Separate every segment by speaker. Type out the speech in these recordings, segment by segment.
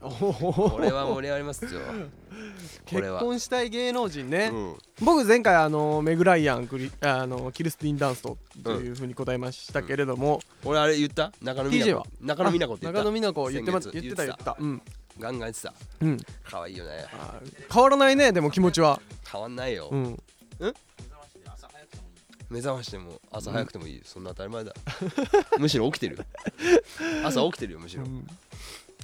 Speaker 1: こ
Speaker 2: こ
Speaker 1: れは盛り上がりますよこれ
Speaker 2: 結
Speaker 1: は
Speaker 2: 婚したい芸能人ね、
Speaker 1: うん
Speaker 2: 僕前回あのメグライアンクリあのキルスティン・ダンストというふうに答えましたけれども、
Speaker 1: 俺あれ言った中野美奈
Speaker 2: TJ は
Speaker 1: 子中野美奈子って言った
Speaker 2: 中野美奈子言ってま
Speaker 1: 先
Speaker 2: 言
Speaker 1: 月
Speaker 2: ってた言ってたうん、
Speaker 1: ガンガン言ってた
Speaker 2: うん、
Speaker 1: 可愛いよね
Speaker 2: あー変わらないねでも気持ちは
Speaker 1: 変わんないよ、
Speaker 2: うん
Speaker 1: 目覚ましても朝早くてもいい、そんな当たり前だむしろ起き てる朝起きてるよむしろ、
Speaker 2: うん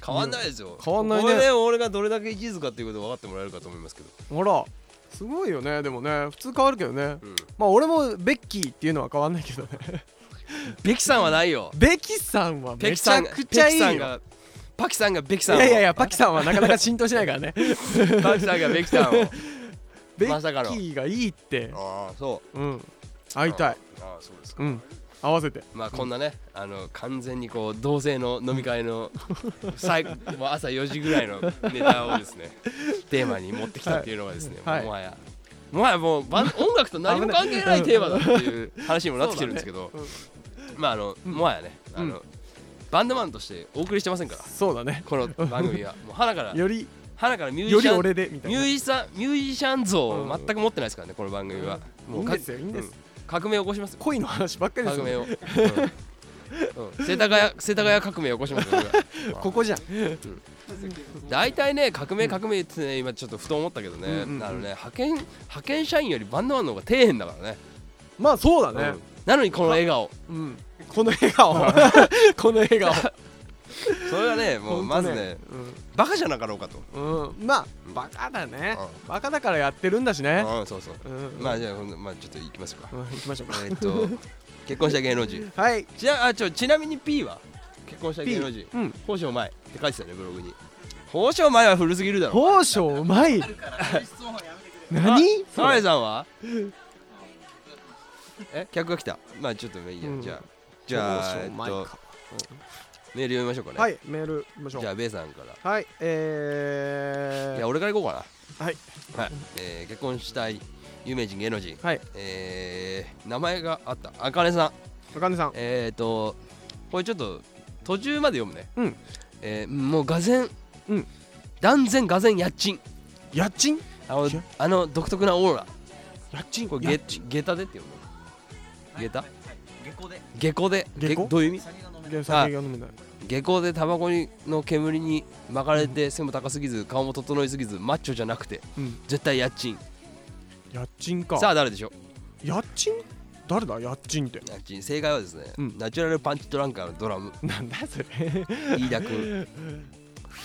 Speaker 1: 変わんないですよ
Speaker 2: 変わんないね
Speaker 1: これで俺がどれだけ一途かっていうことを分かってもらえるかと思いますけど、
Speaker 2: ほらすごいよねでもね普通変わるけどね
Speaker 1: うん、
Speaker 2: まあ俺もベッキーっていうのは変わんないけ どね
Speaker 1: ベキさんはないよ
Speaker 2: ベキさんは
Speaker 1: ペ
Speaker 2: め
Speaker 1: キ
Speaker 2: ち
Speaker 1: さ
Speaker 2: ゃ
Speaker 1: んが
Speaker 2: くちゃいい
Speaker 1: ペキさん
Speaker 2: よ
Speaker 1: がパキさんがベキ
Speaker 2: い
Speaker 1: さんを
Speaker 2: やいやいやパキさんはなかなか浸透しないからね
Speaker 1: パキさんがベキさんを
Speaker 2: ベ
Speaker 1: まさか
Speaker 2: ッ
Speaker 1: の
Speaker 2: キーがいいって
Speaker 1: ああそ
Speaker 2: うん
Speaker 1: う
Speaker 2: 会いたい
Speaker 1: ああそうですか、
Speaker 2: うん合わせて
Speaker 1: まあこんなね、あの完全にこう同性の飲み 会の最後もう朝4時ぐらいのネタをですねテーマに持ってきたっていうのがですね、
Speaker 2: はい
Speaker 1: もはやもはやもうばん音楽と何も関係ないテーマだっていう話にもなってきてるんですけど、
Speaker 2: そうだね
Speaker 1: まああのもはやねあの、バンドマンとしてお送りしてませんから
Speaker 2: そうだね
Speaker 1: この番組はもう花から
Speaker 2: より
Speaker 1: 花からミュー
Speaker 2: よ
Speaker 1: ジシ
Speaker 2: り
Speaker 1: ャン
Speaker 2: 俺でみたい
Speaker 1: ミュ
Speaker 2: な
Speaker 1: ージシャンミュージシャン像を全く持ってないですからねこの番組は、
Speaker 2: うん
Speaker 1: もう
Speaker 2: いいんですよいいんです
Speaker 1: 革命を起こしますよ
Speaker 2: 恋の話ばっかりです
Speaker 1: 革
Speaker 2: よ
Speaker 1: 命を、うんうん世田谷世田谷革命を起こしますよ僕は
Speaker 2: ここじゃん
Speaker 1: 大体ね革命革命ってね今ちょっとふと思ったけどね、
Speaker 2: うんうんうん
Speaker 1: あのね派遣派遣社員よりバンドマンの方が底辺だからね
Speaker 2: まあそうだね
Speaker 1: うんなのにこの笑顔
Speaker 2: うんこの笑顔 この笑顔
Speaker 1: それがねもうまずねバカじゃなかろうかと、
Speaker 2: うんうんまあバカだね
Speaker 1: う
Speaker 2: バカだからやってるんだしね
Speaker 1: うん、そうそう、
Speaker 2: うん
Speaker 1: まあじゃあ、ほんでまあ、ちょっと行きますか、
Speaker 2: うん行きましょうか
Speaker 1: えーっと結婚した芸能人
Speaker 2: はい
Speaker 1: ちなあちょちなみに P は結婚した芸能人
Speaker 2: うん
Speaker 1: 宝生前って書いてたよねブログに宝生前は古すぎるだろ
Speaker 2: 宝生うまい何
Speaker 1: サライさんは え客が来たまあちょっとねいいや、
Speaker 2: うん
Speaker 1: じゃあじゃあ、え
Speaker 2: 宝生う
Speaker 1: っ
Speaker 2: まい
Speaker 1: と
Speaker 2: か、
Speaker 1: メール読みましょうかね、
Speaker 2: はいメール行きましょ
Speaker 1: じゃ
Speaker 2: う
Speaker 1: あベイさんから
Speaker 2: はいえ
Speaker 1: い
Speaker 2: ー
Speaker 1: や俺から行こうか
Speaker 2: はい
Speaker 1: なはい、えー、結婚したい有名人芸能人
Speaker 2: はい
Speaker 1: えー、名前があったあかねさん
Speaker 2: 赤根さん
Speaker 1: えー、とこれちょっと途中まで読むね
Speaker 2: うん
Speaker 1: えーもうがぜん
Speaker 2: うん
Speaker 1: 断然がぜん家賃
Speaker 2: 家賃
Speaker 1: あの
Speaker 2: いや
Speaker 1: あの独特なオーラ
Speaker 2: 家賃
Speaker 1: これ下下駄でって読むの下駄
Speaker 3: 下校で
Speaker 1: 下戸で
Speaker 2: 下戸
Speaker 1: どういう意味
Speaker 3: 酒が飲めない
Speaker 2: げ酒が飲めない
Speaker 1: 下校でタバコの煙に巻かれて背も高すぎず顔も整いすぎずマッチョじゃなくて
Speaker 2: うん
Speaker 1: 絶対家賃
Speaker 2: 家賃か
Speaker 1: さあ誰でしょう
Speaker 2: 家賃誰だ家賃って
Speaker 1: 家賃正解はですね、
Speaker 2: うん
Speaker 1: ナチュラルパンチトランカーのド ラム
Speaker 2: なんだそれ
Speaker 1: 飯田君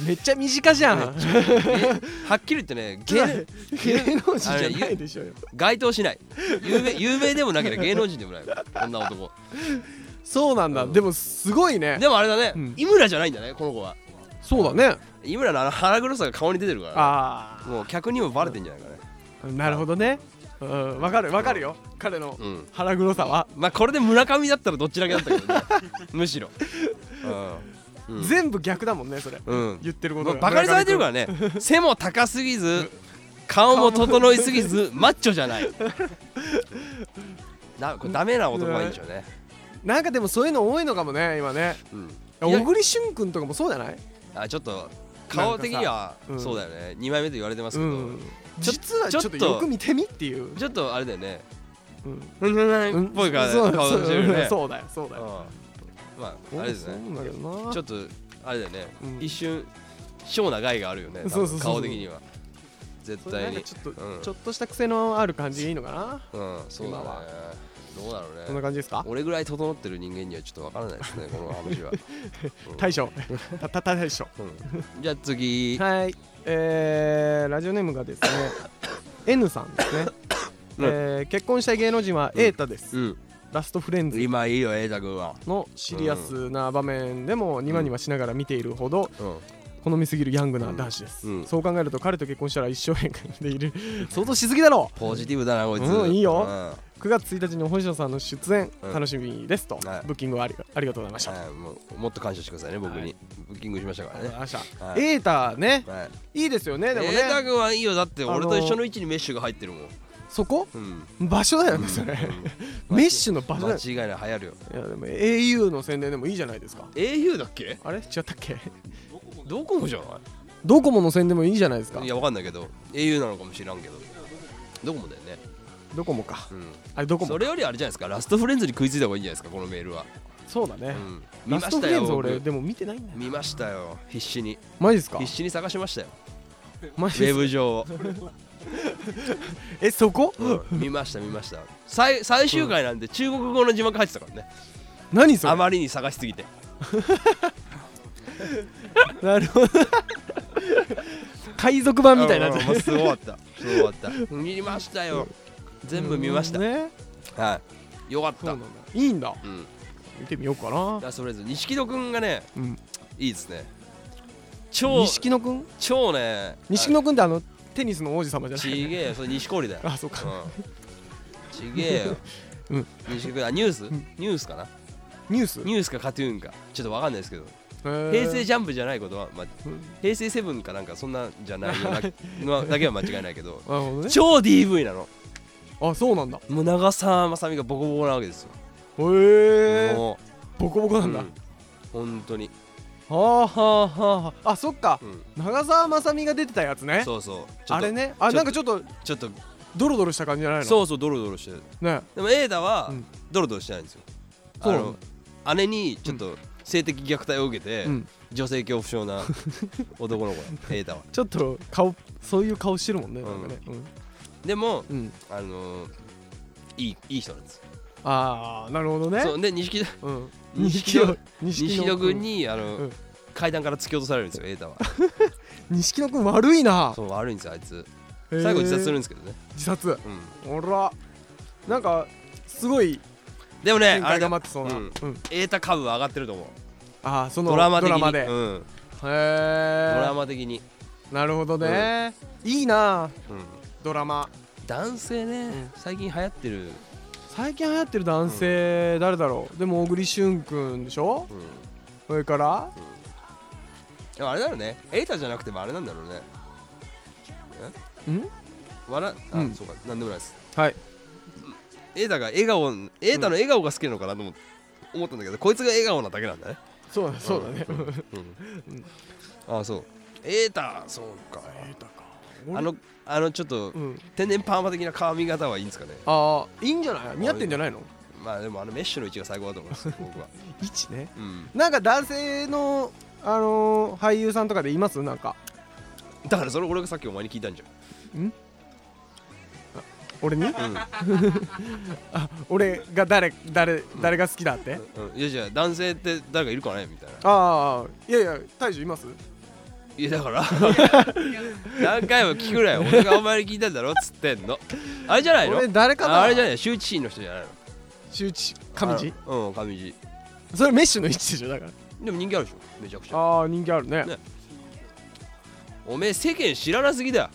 Speaker 2: めっちゃ身近じゃん
Speaker 1: えはっきり言ってね 芸
Speaker 2: 芸能人じゃないでしょうよ
Speaker 1: 該当しない有名有名でもなければ芸能人でもないこんな 男
Speaker 2: そうなんだ、
Speaker 1: うん
Speaker 2: でもすごいね
Speaker 1: でもあれだね、
Speaker 2: うん
Speaker 1: 井村じゃないんだねこの子は
Speaker 2: そうだね
Speaker 1: 井村のあの腹黒さが顔に出てるから
Speaker 2: あ
Speaker 1: ねもう客にもバレてんじゃないかね
Speaker 2: あなるほどねうんわかるわかるよ彼の
Speaker 1: うん
Speaker 2: 腹黒さは、
Speaker 1: まあこれで村上だったらどっちだけだったけどねむしろ、うんうん
Speaker 2: 全部逆だもんねそれ
Speaker 1: うん
Speaker 2: 言ってるこ
Speaker 1: ま
Speaker 2: と
Speaker 1: あ、バカにされてるかららね背も高すぎず顔も整いすぎずマッチョじゃ ないだこれダメな男がいいんでしょうね、
Speaker 2: なんかでもそういうの多いのかもね今ね
Speaker 1: うん、いや
Speaker 2: 小栗旬君とかもそうじゃない
Speaker 1: あちょっと顔的には
Speaker 2: なんかさうん
Speaker 1: そうだよね、二2枚目と言われてます
Speaker 2: う
Speaker 1: けど、
Speaker 2: ん
Speaker 1: ちょ
Speaker 2: 実はちょっ
Speaker 1: ちょっ
Speaker 2: と
Speaker 1: と
Speaker 2: よく見てみっていう
Speaker 1: ちょっとあれだよね
Speaker 2: うん
Speaker 1: うんうんう
Speaker 2: うん
Speaker 1: っ
Speaker 2: ん
Speaker 1: ぽいから
Speaker 2: そう
Speaker 1: 顔してるよね
Speaker 2: そうそうだよそうだ
Speaker 1: うん
Speaker 2: よ
Speaker 1: まああれですね
Speaker 2: そうなんだけどな
Speaker 1: ちょっとあれだよね、
Speaker 2: うん
Speaker 1: 一瞬ショーな害があるよね多分
Speaker 2: そうそうそうそう
Speaker 1: 顔的には絶
Speaker 2: それな
Speaker 1: 対
Speaker 2: ん
Speaker 1: に
Speaker 2: かちょっと、
Speaker 1: うん
Speaker 2: ちょっとした癖のある感じがいいのかな
Speaker 1: うんそう
Speaker 2: 今
Speaker 1: だね
Speaker 2: は
Speaker 1: どうだろ
Speaker 2: こ
Speaker 1: うん
Speaker 2: な
Speaker 1: ね
Speaker 2: 感じですか
Speaker 1: 俺ぐらい整ってる人間にはちょっとわからない ですねこの話は、うん
Speaker 2: 大 将たた大将
Speaker 1: うんじゃあ次、
Speaker 2: はい、えー、ラジオネームがですね N さんですね、
Speaker 1: うん
Speaker 2: えー結婚したい芸能人は瑛太です、
Speaker 1: うん
Speaker 2: ラストフレンズ
Speaker 1: 今いいよ瑛太君は
Speaker 2: のシリアスな場面でもニマニマしながら見ているほど
Speaker 1: うん
Speaker 2: 好みすぎるヤングな男子です、
Speaker 1: うん
Speaker 2: そう考えると彼と結婚したら一生変化でいる相当しすぎだろ
Speaker 1: ポジティブだなこいつ、
Speaker 2: うんいいよ
Speaker 1: うんは
Speaker 2: 9月1日の星野さんの出演、
Speaker 1: うん
Speaker 2: 楽しみですと、
Speaker 1: はい
Speaker 2: ブッキングをありありがとうございました、
Speaker 1: いもうもっと感謝してくださいね僕に、
Speaker 2: はい
Speaker 1: ブッキングしましたからね、
Speaker 2: あした
Speaker 1: はい
Speaker 2: 瑛太ね
Speaker 1: はい、
Speaker 2: いいですよね でも
Speaker 1: 瑛太
Speaker 2: ね
Speaker 1: 君はいいよだって俺と一
Speaker 2: あ
Speaker 1: 緒
Speaker 2: の
Speaker 1: の位置にメッシュが入ってるもん、
Speaker 2: そこ
Speaker 1: うん、
Speaker 2: 場所だよねそれ、 メッシュの場所だ
Speaker 1: 間
Speaker 2: よ
Speaker 1: 違いない流行るよ
Speaker 2: いやでも au の宣伝でもいいじゃないですか
Speaker 1: au だっけ
Speaker 2: あれ違ったっけ
Speaker 1: ドコモじゃない
Speaker 2: ドコモの宣伝もいいじゃないですか
Speaker 1: いやわかんないけど au なのかもしらんけどどこもだよね、
Speaker 2: ドコモか
Speaker 1: うん、
Speaker 2: あれドコモ
Speaker 1: それよりあれじゃないですかラストフレンズに食いついた方がいいんじゃないですかこのメールは、
Speaker 2: そうだ
Speaker 1: う
Speaker 2: ね、
Speaker 1: ん、見
Speaker 2: ラ
Speaker 1: ま
Speaker 2: スト
Speaker 1: し
Speaker 2: フ
Speaker 1: た
Speaker 2: レ
Speaker 1: よ
Speaker 2: ンズ俺
Speaker 1: 僕
Speaker 2: でも見てないんだよ
Speaker 1: 見ましたよ必死に
Speaker 2: マジですか
Speaker 1: 必死に探し ましたよ
Speaker 2: マ
Speaker 1: ウ
Speaker 2: ジで
Speaker 1: ェ
Speaker 2: す
Speaker 1: ブ上 を、
Speaker 2: えそこ、
Speaker 1: うん見ました見ました最最終回なんで中国語の字幕入ってたからね
Speaker 2: 何そ
Speaker 1: あ
Speaker 2: れ
Speaker 1: まりに探しすぎて
Speaker 2: なるほど 海賊版みたいになっちゃ
Speaker 1: うんもうすごかったすごか った見ましたよ全部見ました、
Speaker 2: ね
Speaker 1: はいよかっ
Speaker 2: そうな
Speaker 1: たうん
Speaker 2: だいいんだ
Speaker 1: ん
Speaker 2: 見てみようかな
Speaker 1: ラストフレンズ錦戸くんがね
Speaker 2: うん
Speaker 1: いいですね超
Speaker 2: 錦野くん
Speaker 1: 超ね
Speaker 2: 錦野くんってあのテニスの王子様じゃな
Speaker 1: あち
Speaker 2: い
Speaker 1: げえよそれ錦織だよ
Speaker 2: あそうか
Speaker 1: うん、ちげえよ。
Speaker 2: うん
Speaker 1: 西君あニュース、
Speaker 2: ん
Speaker 1: ニュースかな
Speaker 2: ニュース
Speaker 1: ニュースかカトゥーンかちょっとわかんないですけど、
Speaker 2: 平
Speaker 1: 平成ジャンプじゃないことは、まあ、
Speaker 2: うん
Speaker 1: 平成セブンかなんかそんなんじゃないよな のだけは間違いないけど
Speaker 2: なるほどね
Speaker 1: 超 DV なの
Speaker 2: あそうなんだ
Speaker 1: もう長澤まさみがボコボコなわけですよ、
Speaker 2: へえ
Speaker 1: も
Speaker 2: ボコボコ
Speaker 1: う
Speaker 2: なんだ
Speaker 1: うん本当に、
Speaker 2: はあはあはああそっか
Speaker 1: うん
Speaker 2: 長澤まさみが出てたやつね
Speaker 1: そうそうちょっと
Speaker 2: あれねあ
Speaker 1: ちょ
Speaker 2: な
Speaker 1: っと
Speaker 2: んかちょっと
Speaker 1: ちょっと
Speaker 2: ドロドロした感じじゃないの
Speaker 1: そうそうドロドロしてる
Speaker 2: うね
Speaker 1: でもエイダは
Speaker 2: うん
Speaker 1: ドロドロしてないんですよ、
Speaker 2: そうな
Speaker 1: あ
Speaker 2: んだ
Speaker 1: の姉にちょっと性的虐待を受けて、
Speaker 2: うん
Speaker 1: 女性恐怖症な 男の子だエイダは
Speaker 2: ちょっと顔そういう顔してるもんねなんかねうん
Speaker 1: でも
Speaker 2: うん
Speaker 1: あのーいいいい人なんです、
Speaker 2: ああなるほどね
Speaker 1: そうで錦戸
Speaker 2: うん
Speaker 1: 錦野
Speaker 2: 錦
Speaker 1: 錦
Speaker 2: 野
Speaker 1: 戸
Speaker 2: く
Speaker 1: 君
Speaker 2: ん
Speaker 1: にあの、
Speaker 2: うん
Speaker 1: 階段から突き落とされるんですよエイダは
Speaker 2: 錦野くん悪いな
Speaker 1: そう悪いんですよあいつ最後自殺するんですけどね、
Speaker 2: へー自殺
Speaker 1: うん、
Speaker 2: おらなんかすごい
Speaker 1: でもね
Speaker 2: 展
Speaker 1: あ
Speaker 2: 開が
Speaker 1: れだ
Speaker 2: 待ってそうな
Speaker 1: うん
Speaker 2: うん
Speaker 1: エイタ株は上がってると思う
Speaker 2: ああその
Speaker 1: ドラマ的に
Speaker 2: でへ
Speaker 1: うん、ドラ
Speaker 2: え
Speaker 1: マ的に、
Speaker 2: なるほどねいいな
Speaker 1: うん、
Speaker 2: ドラマ
Speaker 1: 男性ね、
Speaker 2: ん
Speaker 1: 最近流行ってる、
Speaker 2: 最近流行ってる男性誰だろうでも小栗旬くんでしょ
Speaker 1: うん、
Speaker 2: それから
Speaker 1: でもあれだろうねエイタじゃなくてもあれなんだろうね
Speaker 2: ん
Speaker 1: わらあ、
Speaker 2: うん
Speaker 1: そうかなんでもないです
Speaker 2: はい
Speaker 1: エイタが笑顔エイタの笑顔が好きなのかなと思っ思ったんだけどこいつが笑顔なだけなんだね
Speaker 2: そうだそうだね
Speaker 1: ああそうエータそうかあ
Speaker 2: あの
Speaker 1: のあのちょっと
Speaker 2: うん
Speaker 1: 天然パーマ的な髪型はいいんですかね
Speaker 2: ああいいんじゃない似合ってんじゃないの
Speaker 1: まあでもあのメッシュの位置が最高だと思います僕は
Speaker 2: 位置ね
Speaker 1: うん
Speaker 2: なんか男性のあのー俳優さんとかでいますなんか
Speaker 1: だからそれ俺がさっきお前に聞いたんじ
Speaker 2: 俺に
Speaker 1: ゃん
Speaker 2: 俺が誰誰誰が好きだって
Speaker 1: うん、うん、いやじゃあ男性って誰かいるかねみたいな
Speaker 2: ああいやいや大樹います
Speaker 1: いやだから何回も聞くなよ俺がお前に聞いたんだろっつってんのあれじゃないの
Speaker 2: 俺誰かな
Speaker 1: ああれじゃない周知心の人じゃないの
Speaker 2: 周知上地
Speaker 1: あのうん上地
Speaker 2: それメッシュの位置でしょだから
Speaker 1: でも人気あるでしょめちゃくちゃ
Speaker 2: ああ人気あるね
Speaker 1: ねおめえ世間知らなすぎだよ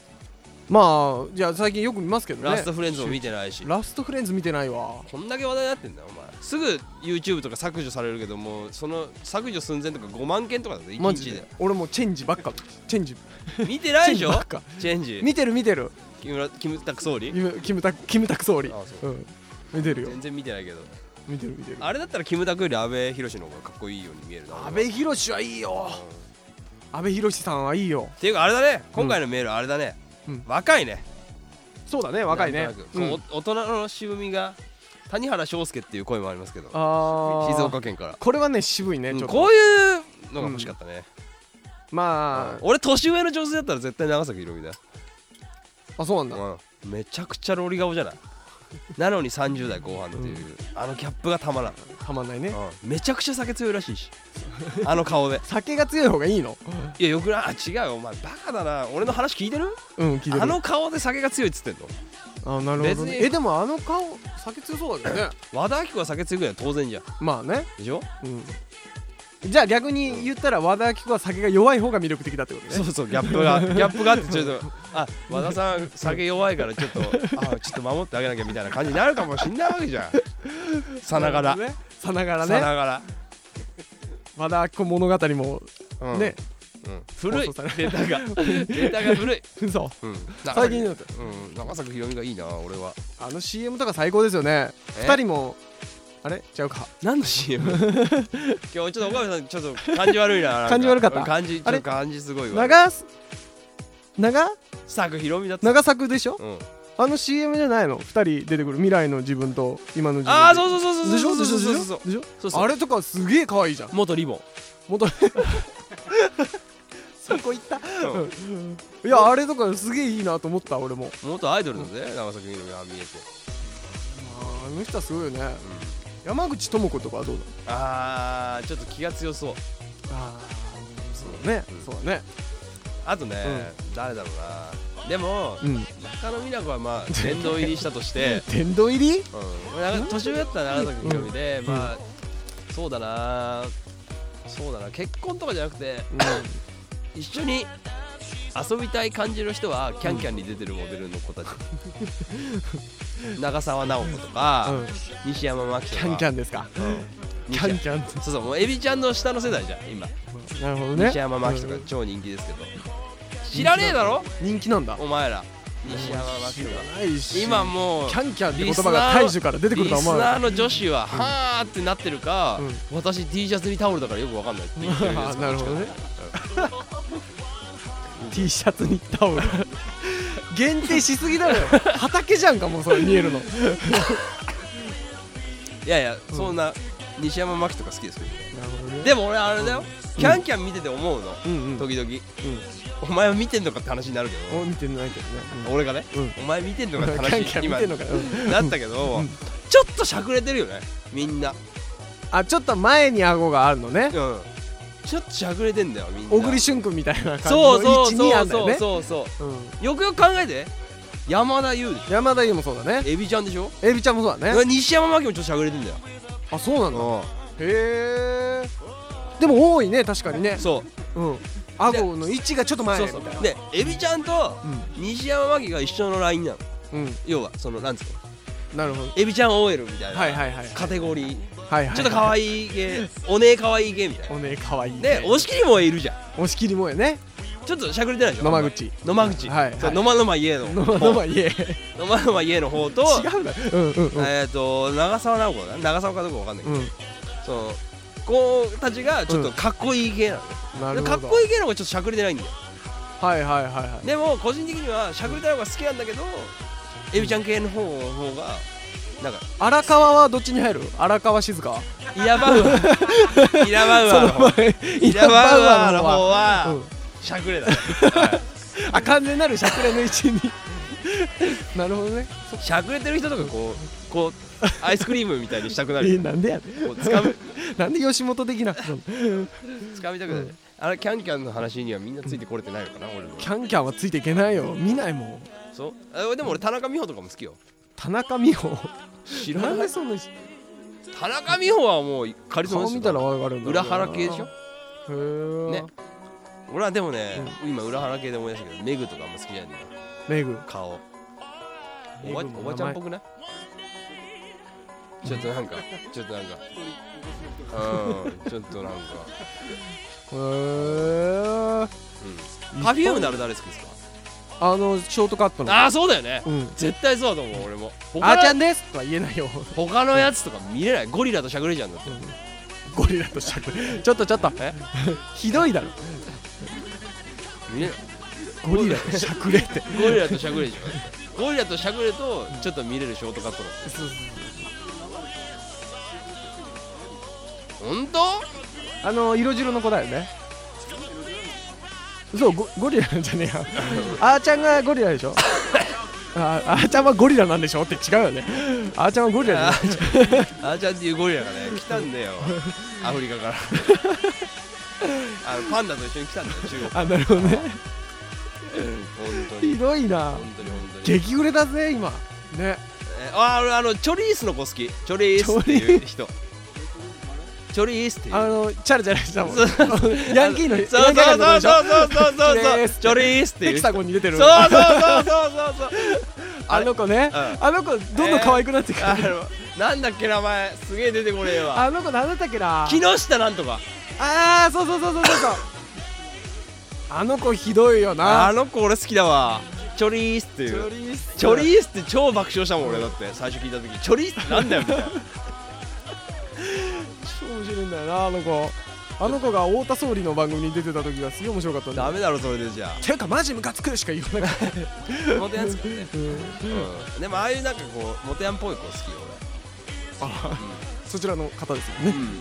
Speaker 2: まあじゃあ最近よく見ますけどね
Speaker 1: ラストフレンズも見てないし
Speaker 2: ラストフレンズ見てないわ
Speaker 1: こんだけ話題になってんだよお前すぐ YouTube とか削除されるけどもうその削除寸前とか5万件とかだぜ1
Speaker 2: マジ
Speaker 1: 日で
Speaker 2: で俺もうチェンジばっかチェンジ
Speaker 1: 見てないで
Speaker 2: チ
Speaker 1: し
Speaker 2: ェン
Speaker 1: ょ
Speaker 2: ジばっか
Speaker 1: チェンジ
Speaker 2: 見てる見てる
Speaker 1: 木村キムタク総理
Speaker 2: キムキムタクキムタク総理
Speaker 1: あそう
Speaker 2: うん見てるよ
Speaker 1: 全然見てないけど
Speaker 2: 見てる見てる
Speaker 1: あれだったらキムタクより阿部寛の方がかっこいいように見えるな
Speaker 2: 阿部寛はいいよ阿部寛さんはいいよ
Speaker 1: っていうかあれだね今回のメールあれだね、
Speaker 2: うん
Speaker 1: 若いね
Speaker 2: そうだね若いね
Speaker 1: なんとなく
Speaker 2: うん
Speaker 1: こうお大人の渋みが谷原章介っていう声もありますけど静
Speaker 2: あー
Speaker 1: 岡県から、
Speaker 2: これはね渋いね
Speaker 1: うん
Speaker 2: ちょっ
Speaker 1: ことういうのが欲しかったね、
Speaker 2: ま
Speaker 1: 俺年上の女性だったら絶対長崎ひろみだ
Speaker 2: ああそうなんだ
Speaker 1: うん、めちゃくちゃロリ顔じゃないなのに30代後半っていう、あのギャップがたまらん、
Speaker 2: たまんないね
Speaker 1: うんめちゃくちゃ酒強いらしいしあの顔で
Speaker 2: 酒が強い方がいいの
Speaker 1: いやよくないあ違うよお前バカだな俺の話聞いてる
Speaker 2: うん聞いてる
Speaker 1: あの顔で酒が強いっつってんの
Speaker 2: あなるほどね
Speaker 1: 別に
Speaker 2: えでもあの顔酒強そうだけどね
Speaker 1: 和田アキ子が酒強いのは当然じゃん
Speaker 2: まあね
Speaker 1: でしょ、
Speaker 2: うんじゃあ逆に言ったら和田アキ子は酒が弱い方が魅力的だってこと
Speaker 1: そ
Speaker 2: ね
Speaker 1: うそうギャップが ギャップがあってちょっとあ和田さん酒弱いからちょっ とあちょっと守ってあげなきゃみたいな感じになるかもしんないわけじゃん さながら、
Speaker 2: ねさながら
Speaker 1: さ
Speaker 2: ね
Speaker 1: なが
Speaker 2: 和田アキ子物語も
Speaker 1: ら、うん
Speaker 2: ね、
Speaker 1: うん古い
Speaker 2: 放送され
Speaker 1: データがデータが古い
Speaker 2: そう
Speaker 1: うん、
Speaker 2: 最近だって
Speaker 1: うん、長崎ひろみがいいな俺は
Speaker 2: あの CM とか最高ですよね
Speaker 1: え
Speaker 2: 2人もあれ違うか
Speaker 1: 何の CM 今日ちょっと岡部さんちょっと感じ悪いななん
Speaker 2: 感じ悪かった
Speaker 1: 感じちょ
Speaker 2: あ
Speaker 1: っ
Speaker 2: れ
Speaker 1: と感じすごいわ
Speaker 2: 長す長
Speaker 1: 作ひろみだった
Speaker 2: 長作でしょ
Speaker 1: うん
Speaker 2: あの CM じゃないの2人出てくる未来の自分と今の自分
Speaker 1: ああそうそうそうそう
Speaker 2: でしょ
Speaker 1: そ
Speaker 2: で
Speaker 1: う
Speaker 2: し
Speaker 1: そ
Speaker 2: ょでしょ
Speaker 1: うそうそう
Speaker 2: でしょ
Speaker 1: そうそう
Speaker 2: あれとかすげえ可愛いじゃん
Speaker 1: 元リボン
Speaker 2: 元 そこ行った
Speaker 1: うん
Speaker 2: うんいやあれとかすげえいいなと思った俺も
Speaker 1: 元アイドルだぜ長崎みのりが見えて
Speaker 2: あの人はすごいよね山口智子とかはどうだ
Speaker 1: あーちょっと気が強そう
Speaker 2: ああそうね
Speaker 1: うん
Speaker 2: そうだね
Speaker 1: あとね、誰だろうなでも
Speaker 2: うん
Speaker 1: 中野美奈子はまあ殿堂入りしたと して、
Speaker 2: 殿堂入り
Speaker 1: うんなんか、年上だったら長崎みのりで、
Speaker 2: ん
Speaker 1: まあそうだなそうだな結婚とかじゃなくて一緒に遊びたい感じの人はキャンキャンに出てるモデルの子たち、長澤直子とか、
Speaker 2: うん
Speaker 1: 西山真紀と
Speaker 2: キ
Speaker 1: か
Speaker 2: ャンキャンですか
Speaker 1: うん
Speaker 2: キ
Speaker 1: 西
Speaker 2: ャン
Speaker 1: 山
Speaker 2: キャン
Speaker 1: そうそうもうエビちゃんの下の世代じゃん今、
Speaker 2: なるほどね
Speaker 1: 西山真紀とか超人気ですけど、知らねえだろ
Speaker 2: 人気なんだ
Speaker 1: お前ら西山真紀とか
Speaker 2: ないし
Speaker 1: 今もう
Speaker 2: キャンキャンって言葉が大樹から出てくるとは思わ
Speaker 1: リスナ
Speaker 2: な
Speaker 1: ー
Speaker 2: い
Speaker 1: の女子は、はーってなってるか、
Speaker 2: う
Speaker 1: 私 T シャツにタオルだからよくわかんないって 言ってるんです
Speaker 2: なるほどね T シャツにタオル限定しすぎだろよ畑じゃんかもうそれ見えるの なる
Speaker 1: いやいやそんな西山真紀とか好きですけど
Speaker 2: ほどね
Speaker 1: でも俺あれだよ、キャンキャン見てて思うの、
Speaker 2: うんうん
Speaker 1: 時々、お前は見てんのかって話になるけ
Speaker 2: お見てないけどね
Speaker 1: ど、俺がね、
Speaker 2: うん
Speaker 1: お前見てん
Speaker 2: キ
Speaker 1: のかって話
Speaker 2: ャン
Speaker 1: に
Speaker 2: キャン見
Speaker 1: 今
Speaker 2: てんのかよ
Speaker 1: なったけど、
Speaker 2: うん
Speaker 1: ちょっとしゃくれてるよねみんな、
Speaker 2: あちょっと前に顎があるのね
Speaker 1: うん、ちょっとしゃくれてんだよみんな
Speaker 2: 小栗旬君みたいな感じの
Speaker 1: そう
Speaker 2: 位
Speaker 1: そう
Speaker 2: 置にあ
Speaker 1: そ
Speaker 2: ん
Speaker 1: う
Speaker 2: だよ
Speaker 1: そう
Speaker 2: ね
Speaker 1: そうそう
Speaker 2: うん
Speaker 1: よくよく考えて山田優でし
Speaker 2: 山田優もそうだね
Speaker 1: ょエビちゃんでしょ
Speaker 2: エビちゃんもそうだね
Speaker 1: 西山真紀もちょっとしゃくれてんだよ
Speaker 2: あそうなんだ
Speaker 1: う
Speaker 2: へえでも多いね確かにね
Speaker 1: んそう
Speaker 2: うん顎の位置がちょっと前
Speaker 1: そ
Speaker 2: み
Speaker 1: う
Speaker 2: た
Speaker 1: そ
Speaker 2: いう
Speaker 1: でエビちゃんと西山真紀が一緒のラインなの
Speaker 2: なうん
Speaker 1: 要はそのなんつうの
Speaker 2: うんなるほど
Speaker 1: エビちゃん OL みたいな、
Speaker 2: はいはいはい
Speaker 1: カテゴリー
Speaker 2: はいはい
Speaker 1: ちょっと可愛い系おねえ可愛い系みたい
Speaker 2: おねえかわいい
Speaker 1: なで押し切りもいるじゃん
Speaker 2: 押し切りもやね
Speaker 1: ちょっとしゃくれてないでしょ
Speaker 2: 野間口
Speaker 1: 野間口
Speaker 2: はい
Speaker 1: そう
Speaker 2: はい
Speaker 1: 野間野間家の
Speaker 2: ののまいえ
Speaker 1: 野間野間家の方と
Speaker 2: 違うだろうんうんうん
Speaker 1: えっと長澤直子だな長澤かどうかわかんないけど
Speaker 2: うん
Speaker 1: その子たちがちょっとかっこいい系なの
Speaker 2: な
Speaker 1: で
Speaker 2: るほど
Speaker 1: かっこいい系の方がちょっとしゃくれてないんだよ
Speaker 2: はいはいはいはい
Speaker 1: でも個人的にはしゃくれた方が好きなんだけどエビちゃん系の方の方がなんか
Speaker 2: 荒川はどっちに入る荒川静香
Speaker 1: イラバウアー イラバウアーの方
Speaker 2: 前
Speaker 1: イラバウアーの方
Speaker 2: はう
Speaker 1: は
Speaker 2: ん
Speaker 1: しゃくれだねはい
Speaker 2: あ完全なるしゃくれの位置に なるほどね
Speaker 1: しゃくれてる人とかこうこうアイスクリームみたいにしたくな
Speaker 2: え
Speaker 1: るよ
Speaker 2: なんでやね
Speaker 1: こう掴む
Speaker 2: んなんで吉本的なその
Speaker 1: 掴みたくなるあれキャンキャンの話にはみんなついてこれてないのかな俺の
Speaker 2: キャンキャンはついていけないよ見ないもん
Speaker 1: そうあでも俺田中美穂とかも好きよ
Speaker 2: 田中美穂
Speaker 1: 知
Speaker 2: なんでそんな
Speaker 1: 田中美穂はもうカリスマで
Speaker 2: 顔
Speaker 1: す
Speaker 2: 見たら
Speaker 1: よ
Speaker 2: わかるんだ
Speaker 1: 裏腹系でしょ
Speaker 2: ょへえ
Speaker 1: ね俺はでもね、今裏腹系で思い出したけどメグとかあんま好きじゃないんだよ
Speaker 2: メグ
Speaker 1: 顔お
Speaker 2: メ
Speaker 1: ば
Speaker 2: グの
Speaker 1: おばちゃんっぽくないちょっとなんかちょっとなんかうんちょっとなんか
Speaker 2: へえ
Speaker 1: うんパフュームなら誰好きですか
Speaker 2: あのショートカットの
Speaker 1: ああそうだよね
Speaker 2: うん
Speaker 1: 絶対そうだと思う俺も
Speaker 2: あ
Speaker 1: 他
Speaker 2: ーちゃ
Speaker 1: の
Speaker 2: んですとは言えないよ
Speaker 1: 他のやつとか見れないゴリラとしゃくれちゃうんだって
Speaker 2: ゴリラとしゃくれちょっとちょっと
Speaker 1: え
Speaker 2: ひどいだろ
Speaker 1: 見れない
Speaker 2: ゴリラとしゃくれって
Speaker 1: ゴリラとしゃくれでしょゴリラとしゃくれとちょっと見れるショートカットの本当
Speaker 2: あの色白の子だよねそうゴゴリラじゃねえ やあーちゃんがゴリラでしょああーちゃんはゴリラなんでしょって違うよねあーちゃんはゴリラじゃ
Speaker 1: あ
Speaker 2: ない
Speaker 1: ーちゃんあーちゃんっていうゴリラがね来たんだ よアフリカからあのパンダと一緒に来たんだよ中国
Speaker 2: あなるほどね
Speaker 1: 本当に
Speaker 2: ひどいな
Speaker 1: 本当に本当に
Speaker 2: 激売れだぜ今ね
Speaker 1: えあ俺あのチョリースの子好きチョリースっていう人チョリースっていう
Speaker 2: あのチャラチャラしたもん
Speaker 1: そう
Speaker 2: ヤンキーの
Speaker 1: そう
Speaker 2: ヤンキ
Speaker 1: そう
Speaker 2: ー
Speaker 1: そう
Speaker 2: の
Speaker 1: そう
Speaker 2: でしょ
Speaker 1: そうそう
Speaker 2: チョレー
Speaker 1: そうそう
Speaker 2: ス
Speaker 1: チョリースって
Speaker 2: テ
Speaker 1: いう
Speaker 2: キ
Speaker 1: 人
Speaker 2: サゴンに出て
Speaker 1: そ
Speaker 2: る
Speaker 1: うそうそうそうそうそう
Speaker 2: あの子ね
Speaker 1: うん
Speaker 2: あの子どんどん可愛くなってくる
Speaker 1: あのなんだっけ名前すげえ出てこねえわ
Speaker 2: あの子何だったっけな
Speaker 1: 木下なんとか
Speaker 2: ああそうそうそうそうそうそうあの子ひどいよ
Speaker 1: あ
Speaker 2: な
Speaker 1: の子俺好きだわチョリースっていう
Speaker 2: リース
Speaker 1: チョリースって超爆笑したもん俺だって最初聞いた時チョリースってなんだよみたいな
Speaker 2: 超面白いんだよなあの子あの子が太田総理の番組に出てた時がすげえ面白かったんだ
Speaker 1: ダ
Speaker 2: よ
Speaker 1: メだろそれでじゃあ
Speaker 2: ていうかマジムカつくしか言わなかった、
Speaker 1: モテヤン好きね、うん、でもああいうなんかこうモテヤンっぽい子好きよ
Speaker 2: あそちらの方ですよ
Speaker 1: 俺
Speaker 2: ね
Speaker 1: うん、うん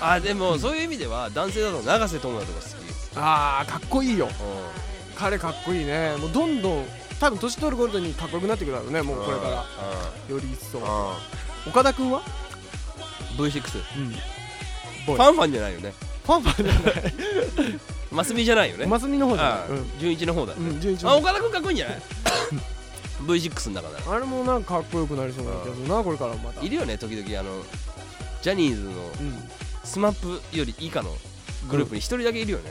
Speaker 1: あでもそういう意味では男性だと永瀬智也とか
Speaker 2: あーかっこいいよ
Speaker 1: 好き、うん
Speaker 2: 彼かっこいいねもうどんどん多分年取るごとにかっこよくなってくるだろうねもうこれからより一層
Speaker 1: う
Speaker 2: 岡田君は、
Speaker 1: ん V6
Speaker 2: うん、
Speaker 1: フ
Speaker 2: ボーイ
Speaker 1: ァンファンじゃないよね
Speaker 2: ファンファンじゃない
Speaker 1: マスミじゃないよね
Speaker 2: マスミの方じゃ
Speaker 1: あ
Speaker 2: ない
Speaker 1: あ純一の方だ
Speaker 2: うん、う
Speaker 1: ね
Speaker 2: ん、順一
Speaker 1: あ岡田君かっこいいんじゃない V6 の中だ
Speaker 2: あれもなんかかっこよくなりそうな気がするなこれからもまた
Speaker 1: いるよね時々あのジャニーズの
Speaker 2: うん
Speaker 1: スマップより以下のグループに一人だけいるよね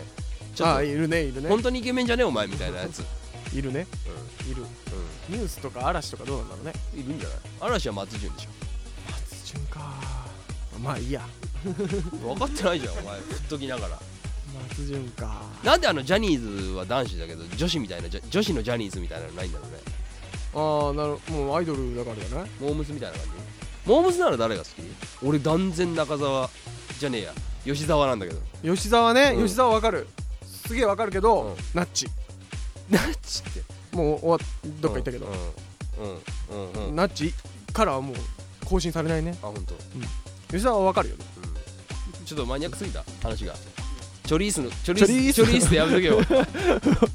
Speaker 1: ちょっ
Speaker 2: あ
Speaker 1: と
Speaker 2: ーいるねいるね
Speaker 1: 本当にイケメンじゃねえお前みたいなやつ、
Speaker 2: いるね
Speaker 1: う
Speaker 2: いるニュースとか嵐とかどうなんだろうね
Speaker 1: ん、いるんじゃない嵐は松潤でし
Speaker 2: 松潤かまあいいや
Speaker 1: ょ分かってないじゃんお前振っときながら
Speaker 2: 松潤か
Speaker 1: なんであのジャニーズは男子だけど女子みたいなジャ女子のジャニーズみたいなのないんだろうね
Speaker 2: ああなるもうアイドルだからじゃない
Speaker 1: モームスみたいな感じモームスなら誰が好き俺断然中澤じゃねえや吉沢なんだけど
Speaker 2: 吉沢ね、
Speaker 1: うん
Speaker 2: 吉沢わかるすげえわかるけど、
Speaker 1: うん
Speaker 2: ナッチ
Speaker 1: ナッチって
Speaker 2: もう終わっどっか行ったけど、
Speaker 1: うんうんうんうんあ
Speaker 2: ナッチからはもう更新されないね
Speaker 1: 本当。
Speaker 2: 吉沢はわかるよね
Speaker 1: うんちょっとマニアックすぎた話がチョリースのチョ
Speaker 2: チョリー
Speaker 1: リー
Speaker 2: ス
Speaker 1: スチョリースってやめとけよ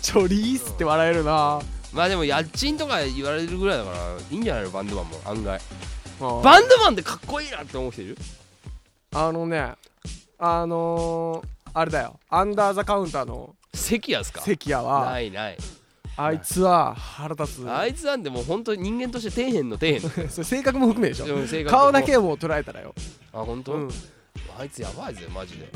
Speaker 2: チョリースって笑えるな、
Speaker 1: まあでも家賃とか言われるぐらいだからいいんじゃないのバンドマンも案外
Speaker 2: あ
Speaker 1: バンドマンでかっこいいなって思う人いる
Speaker 2: あのねあのー、あれだよアンダーザカウンターの
Speaker 1: 関谷っすか
Speaker 2: 関谷は
Speaker 1: ないない
Speaker 2: あいつは腹立つ
Speaker 1: あいつなんてもう本当に人間として底辺の底
Speaker 2: それ性格も含めでしょ
Speaker 1: 辺の性格も
Speaker 2: 顔だけもう捉えたらよ、
Speaker 1: あ本当、
Speaker 2: うん、
Speaker 1: あいつやばいぜマジで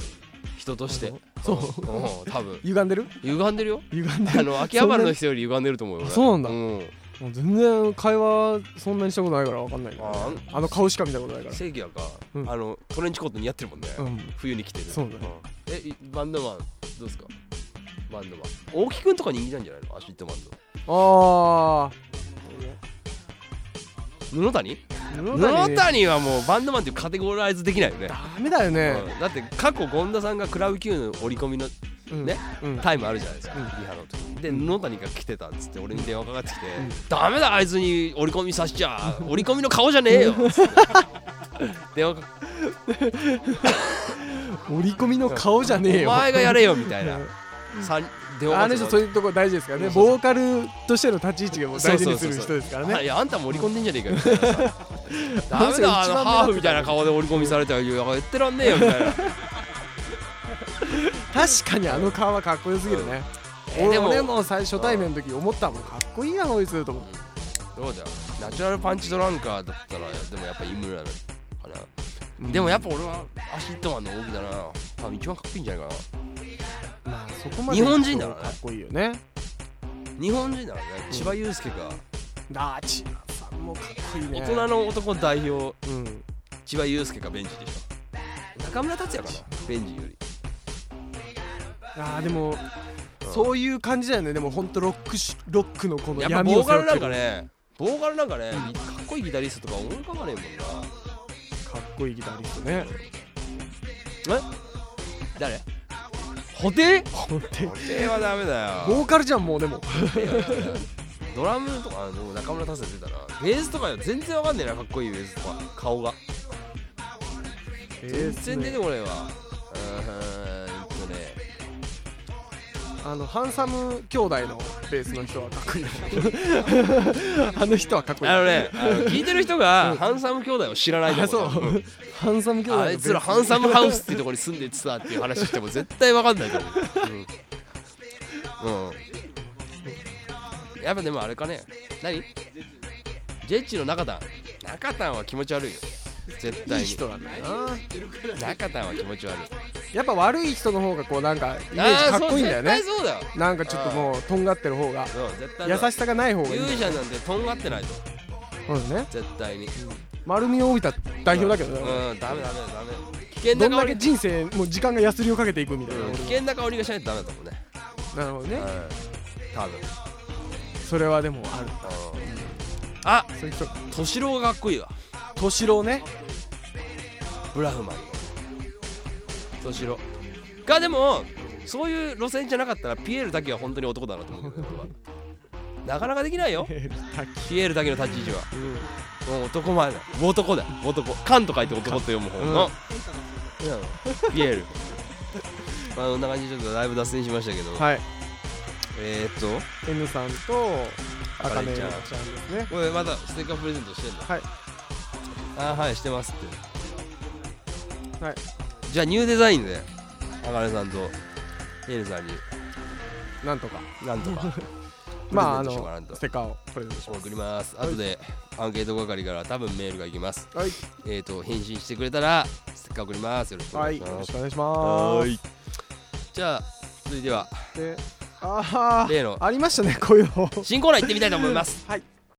Speaker 1: 人として
Speaker 2: そう
Speaker 1: うん多分
Speaker 2: 歪んでる
Speaker 1: 歪んでるよ
Speaker 2: 歪んで
Speaker 1: あ
Speaker 2: る
Speaker 1: の秋葉原の人より歪んでると思うよ
Speaker 2: あそうなんだ
Speaker 1: うん
Speaker 2: もう全然会話そんなにしたことないから分かんないけど
Speaker 1: あ
Speaker 2: あの顔しか見たことないから
Speaker 1: 正義やか、
Speaker 2: うん
Speaker 1: あのトレンチコート似合ってるもんね、
Speaker 2: うん
Speaker 1: 冬に着てる
Speaker 2: そうだね
Speaker 1: んえいバンドマンどうですかバンドマン大木くんとか人気なんじゃないのアシッドマン
Speaker 2: あ
Speaker 1: ド布谷
Speaker 2: あ
Speaker 1: 布谷はもうバンドマンっていうカテゴライズできないよね、
Speaker 2: ダメだよね、
Speaker 1: うんだって過去権田さんがクラブ Q の折り込みの
Speaker 2: うん
Speaker 1: ね
Speaker 2: うん
Speaker 1: タイムあるじゃないですか、
Speaker 2: うん
Speaker 1: リハの時にで野谷が来てたっつって俺に電話かかってきて「ダメだあいつに折り込みさせちゃ折り込みの顔じゃねえ よ」っつって電話か
Speaker 2: 折り込みの顔じゃねえ
Speaker 1: お
Speaker 2: よ
Speaker 1: 前がやれよみたいな
Speaker 2: うん
Speaker 1: さん電話
Speaker 2: あ
Speaker 1: か
Speaker 2: の
Speaker 1: かって
Speaker 2: 人
Speaker 1: こ
Speaker 2: そういうとこ大事ですからねボーカルとしての立ち位置がもう大事にする人ですから
Speaker 1: あい
Speaker 2: ね
Speaker 1: やあんたも折り込んでんじゃねえかよみたい なさダメ
Speaker 2: 一番
Speaker 1: だあの
Speaker 2: 目立つ
Speaker 1: ハーフみたいな顔で折り込みされたらいや言ってらんねえよみたいな
Speaker 2: 確かにあの顔はかっこよすぎるね、
Speaker 1: え
Speaker 2: 俺
Speaker 1: で
Speaker 2: も
Speaker 1: も
Speaker 2: 俺も最初対面の時思ったもんかっこいいやんこいつと思って
Speaker 1: どうだよナチュラルパンチドランカーだったらでもやっぱ井村かな、でもやっぱ俺はアシットマンの奥だな多分一番かっこいいんじゃないかな
Speaker 2: まあそこまで
Speaker 1: 日本人だろうね
Speaker 2: かっこいいよね
Speaker 1: 日本人ならね千葉雄介が
Speaker 2: ダーチさんもかっこいいね
Speaker 1: 大人の男代表
Speaker 2: うん
Speaker 1: 千葉雄介かベンチでしょ中村達也かなベンチより
Speaker 2: あーでもそういう感じだよねでもほんとロックしロックのこの
Speaker 1: やっぱ
Speaker 2: 闇
Speaker 1: ボ
Speaker 2: を
Speaker 1: ー
Speaker 2: 背
Speaker 1: カ
Speaker 2: 負
Speaker 1: ル
Speaker 2: って
Speaker 1: なん
Speaker 2: る
Speaker 1: か
Speaker 2: か
Speaker 1: ねボーカルなんかねかっこいいギタリストとか思い浮かばねえもんな
Speaker 2: っこいいギタリストね
Speaker 1: え誰補填
Speaker 2: ほんと
Speaker 1: 補填はダメだよ
Speaker 2: ボーカルじゃんもうでも
Speaker 1: ドラムとかあの中村達也出たらベースとかよ全然わかんねえなかっこいいベースとか顔が全然出てこねえわうーんとね
Speaker 2: あのハンサム兄弟のベースの人はかっこいいよ あの人はかっこいい
Speaker 1: あのねあの聞いてる人がハンサム兄弟を知らない
Speaker 2: あ
Speaker 1: と
Speaker 2: そ
Speaker 1: 思
Speaker 2: う
Speaker 1: ううん
Speaker 2: ハンサム兄弟の
Speaker 1: あ
Speaker 2: ベ
Speaker 1: い
Speaker 2: ー
Speaker 1: つ
Speaker 2: ス
Speaker 1: らハンサムハウスっていうところに住んでてさっていう話しても絶対わかんないと思う。うん。やっぱでもあれかね。何ジェッチの中田。中田は気持ち悪いよ。絶対
Speaker 2: いい
Speaker 1: に。
Speaker 2: 人なんだよな
Speaker 1: 中田は気持ち悪い。
Speaker 2: やっぱ悪い人の方がこうなんかイメージ
Speaker 1: あ
Speaker 2: かっ
Speaker 1: あ
Speaker 2: こいいんだよね
Speaker 1: そう絶対そうだよ。
Speaker 2: なんかちょっともうとんがってる方が
Speaker 1: うん、絶対
Speaker 2: 優しさがない方がいい
Speaker 1: 勇者なんてとんがってないと。
Speaker 2: そうですね
Speaker 1: 絶対に。
Speaker 2: 丸みを帯びた代表だけどね
Speaker 1: うん、ダメダメダメ。危険
Speaker 2: ど
Speaker 1: なん
Speaker 2: だ
Speaker 1: 香
Speaker 2: け
Speaker 1: り。
Speaker 2: 人生もう時間がやすりをかけていくみたいな
Speaker 1: うん
Speaker 2: 俺
Speaker 1: 危険な香りがしないとダメだもんね。
Speaker 2: なるほど
Speaker 1: うん
Speaker 2: ね。
Speaker 1: 多分。
Speaker 2: それはでもある
Speaker 1: あ
Speaker 2: そうそう
Speaker 1: 敏郎がかっこいいわ
Speaker 2: 敏郎ね
Speaker 1: ブラフマンの敏郎がでもそういう路線じゃなかったらピエール滝は本当に男だなと思うけど僕はなかなかできないよ
Speaker 2: ペルタキ
Speaker 1: ピエール滝の立ち位置は
Speaker 2: うん
Speaker 1: もう男前だ男だ男カンと書いて男と読む方の、うんピエールまあこんな感じでちょっとだいぶ脱線しましたけど、
Speaker 2: はい
Speaker 1: えー、っと
Speaker 2: N さんとあか
Speaker 1: 茜
Speaker 2: ね
Speaker 1: ち
Speaker 2: ち
Speaker 1: ゃ
Speaker 2: ゃん
Speaker 1: ん
Speaker 2: ですね
Speaker 1: これまだステッカープレゼントしてんの
Speaker 2: はい
Speaker 1: あーはいしてますって
Speaker 2: はい
Speaker 1: じゃあニューデザインであかねさんとピエールさんに
Speaker 2: なんとか
Speaker 1: なんとか
Speaker 2: まああ
Speaker 1: プレゼントしようかな
Speaker 2: の
Speaker 1: と
Speaker 2: ステッカーをプレゼントしま
Speaker 1: 送ります後でアンケート係から多分メールがいきます
Speaker 2: すはい
Speaker 1: えー、と返信してくれたらステッカー送りますよろしくお
Speaker 2: は
Speaker 1: 願
Speaker 2: い
Speaker 1: いし
Speaker 2: よ
Speaker 1: ま
Speaker 2: ろ
Speaker 1: す
Speaker 2: しくお願いしま
Speaker 1: いじゃあ続いては
Speaker 2: すでああ
Speaker 1: 例の
Speaker 2: ありましたねこういうの
Speaker 1: 新コーナー行ってみたいと思います
Speaker 2: はい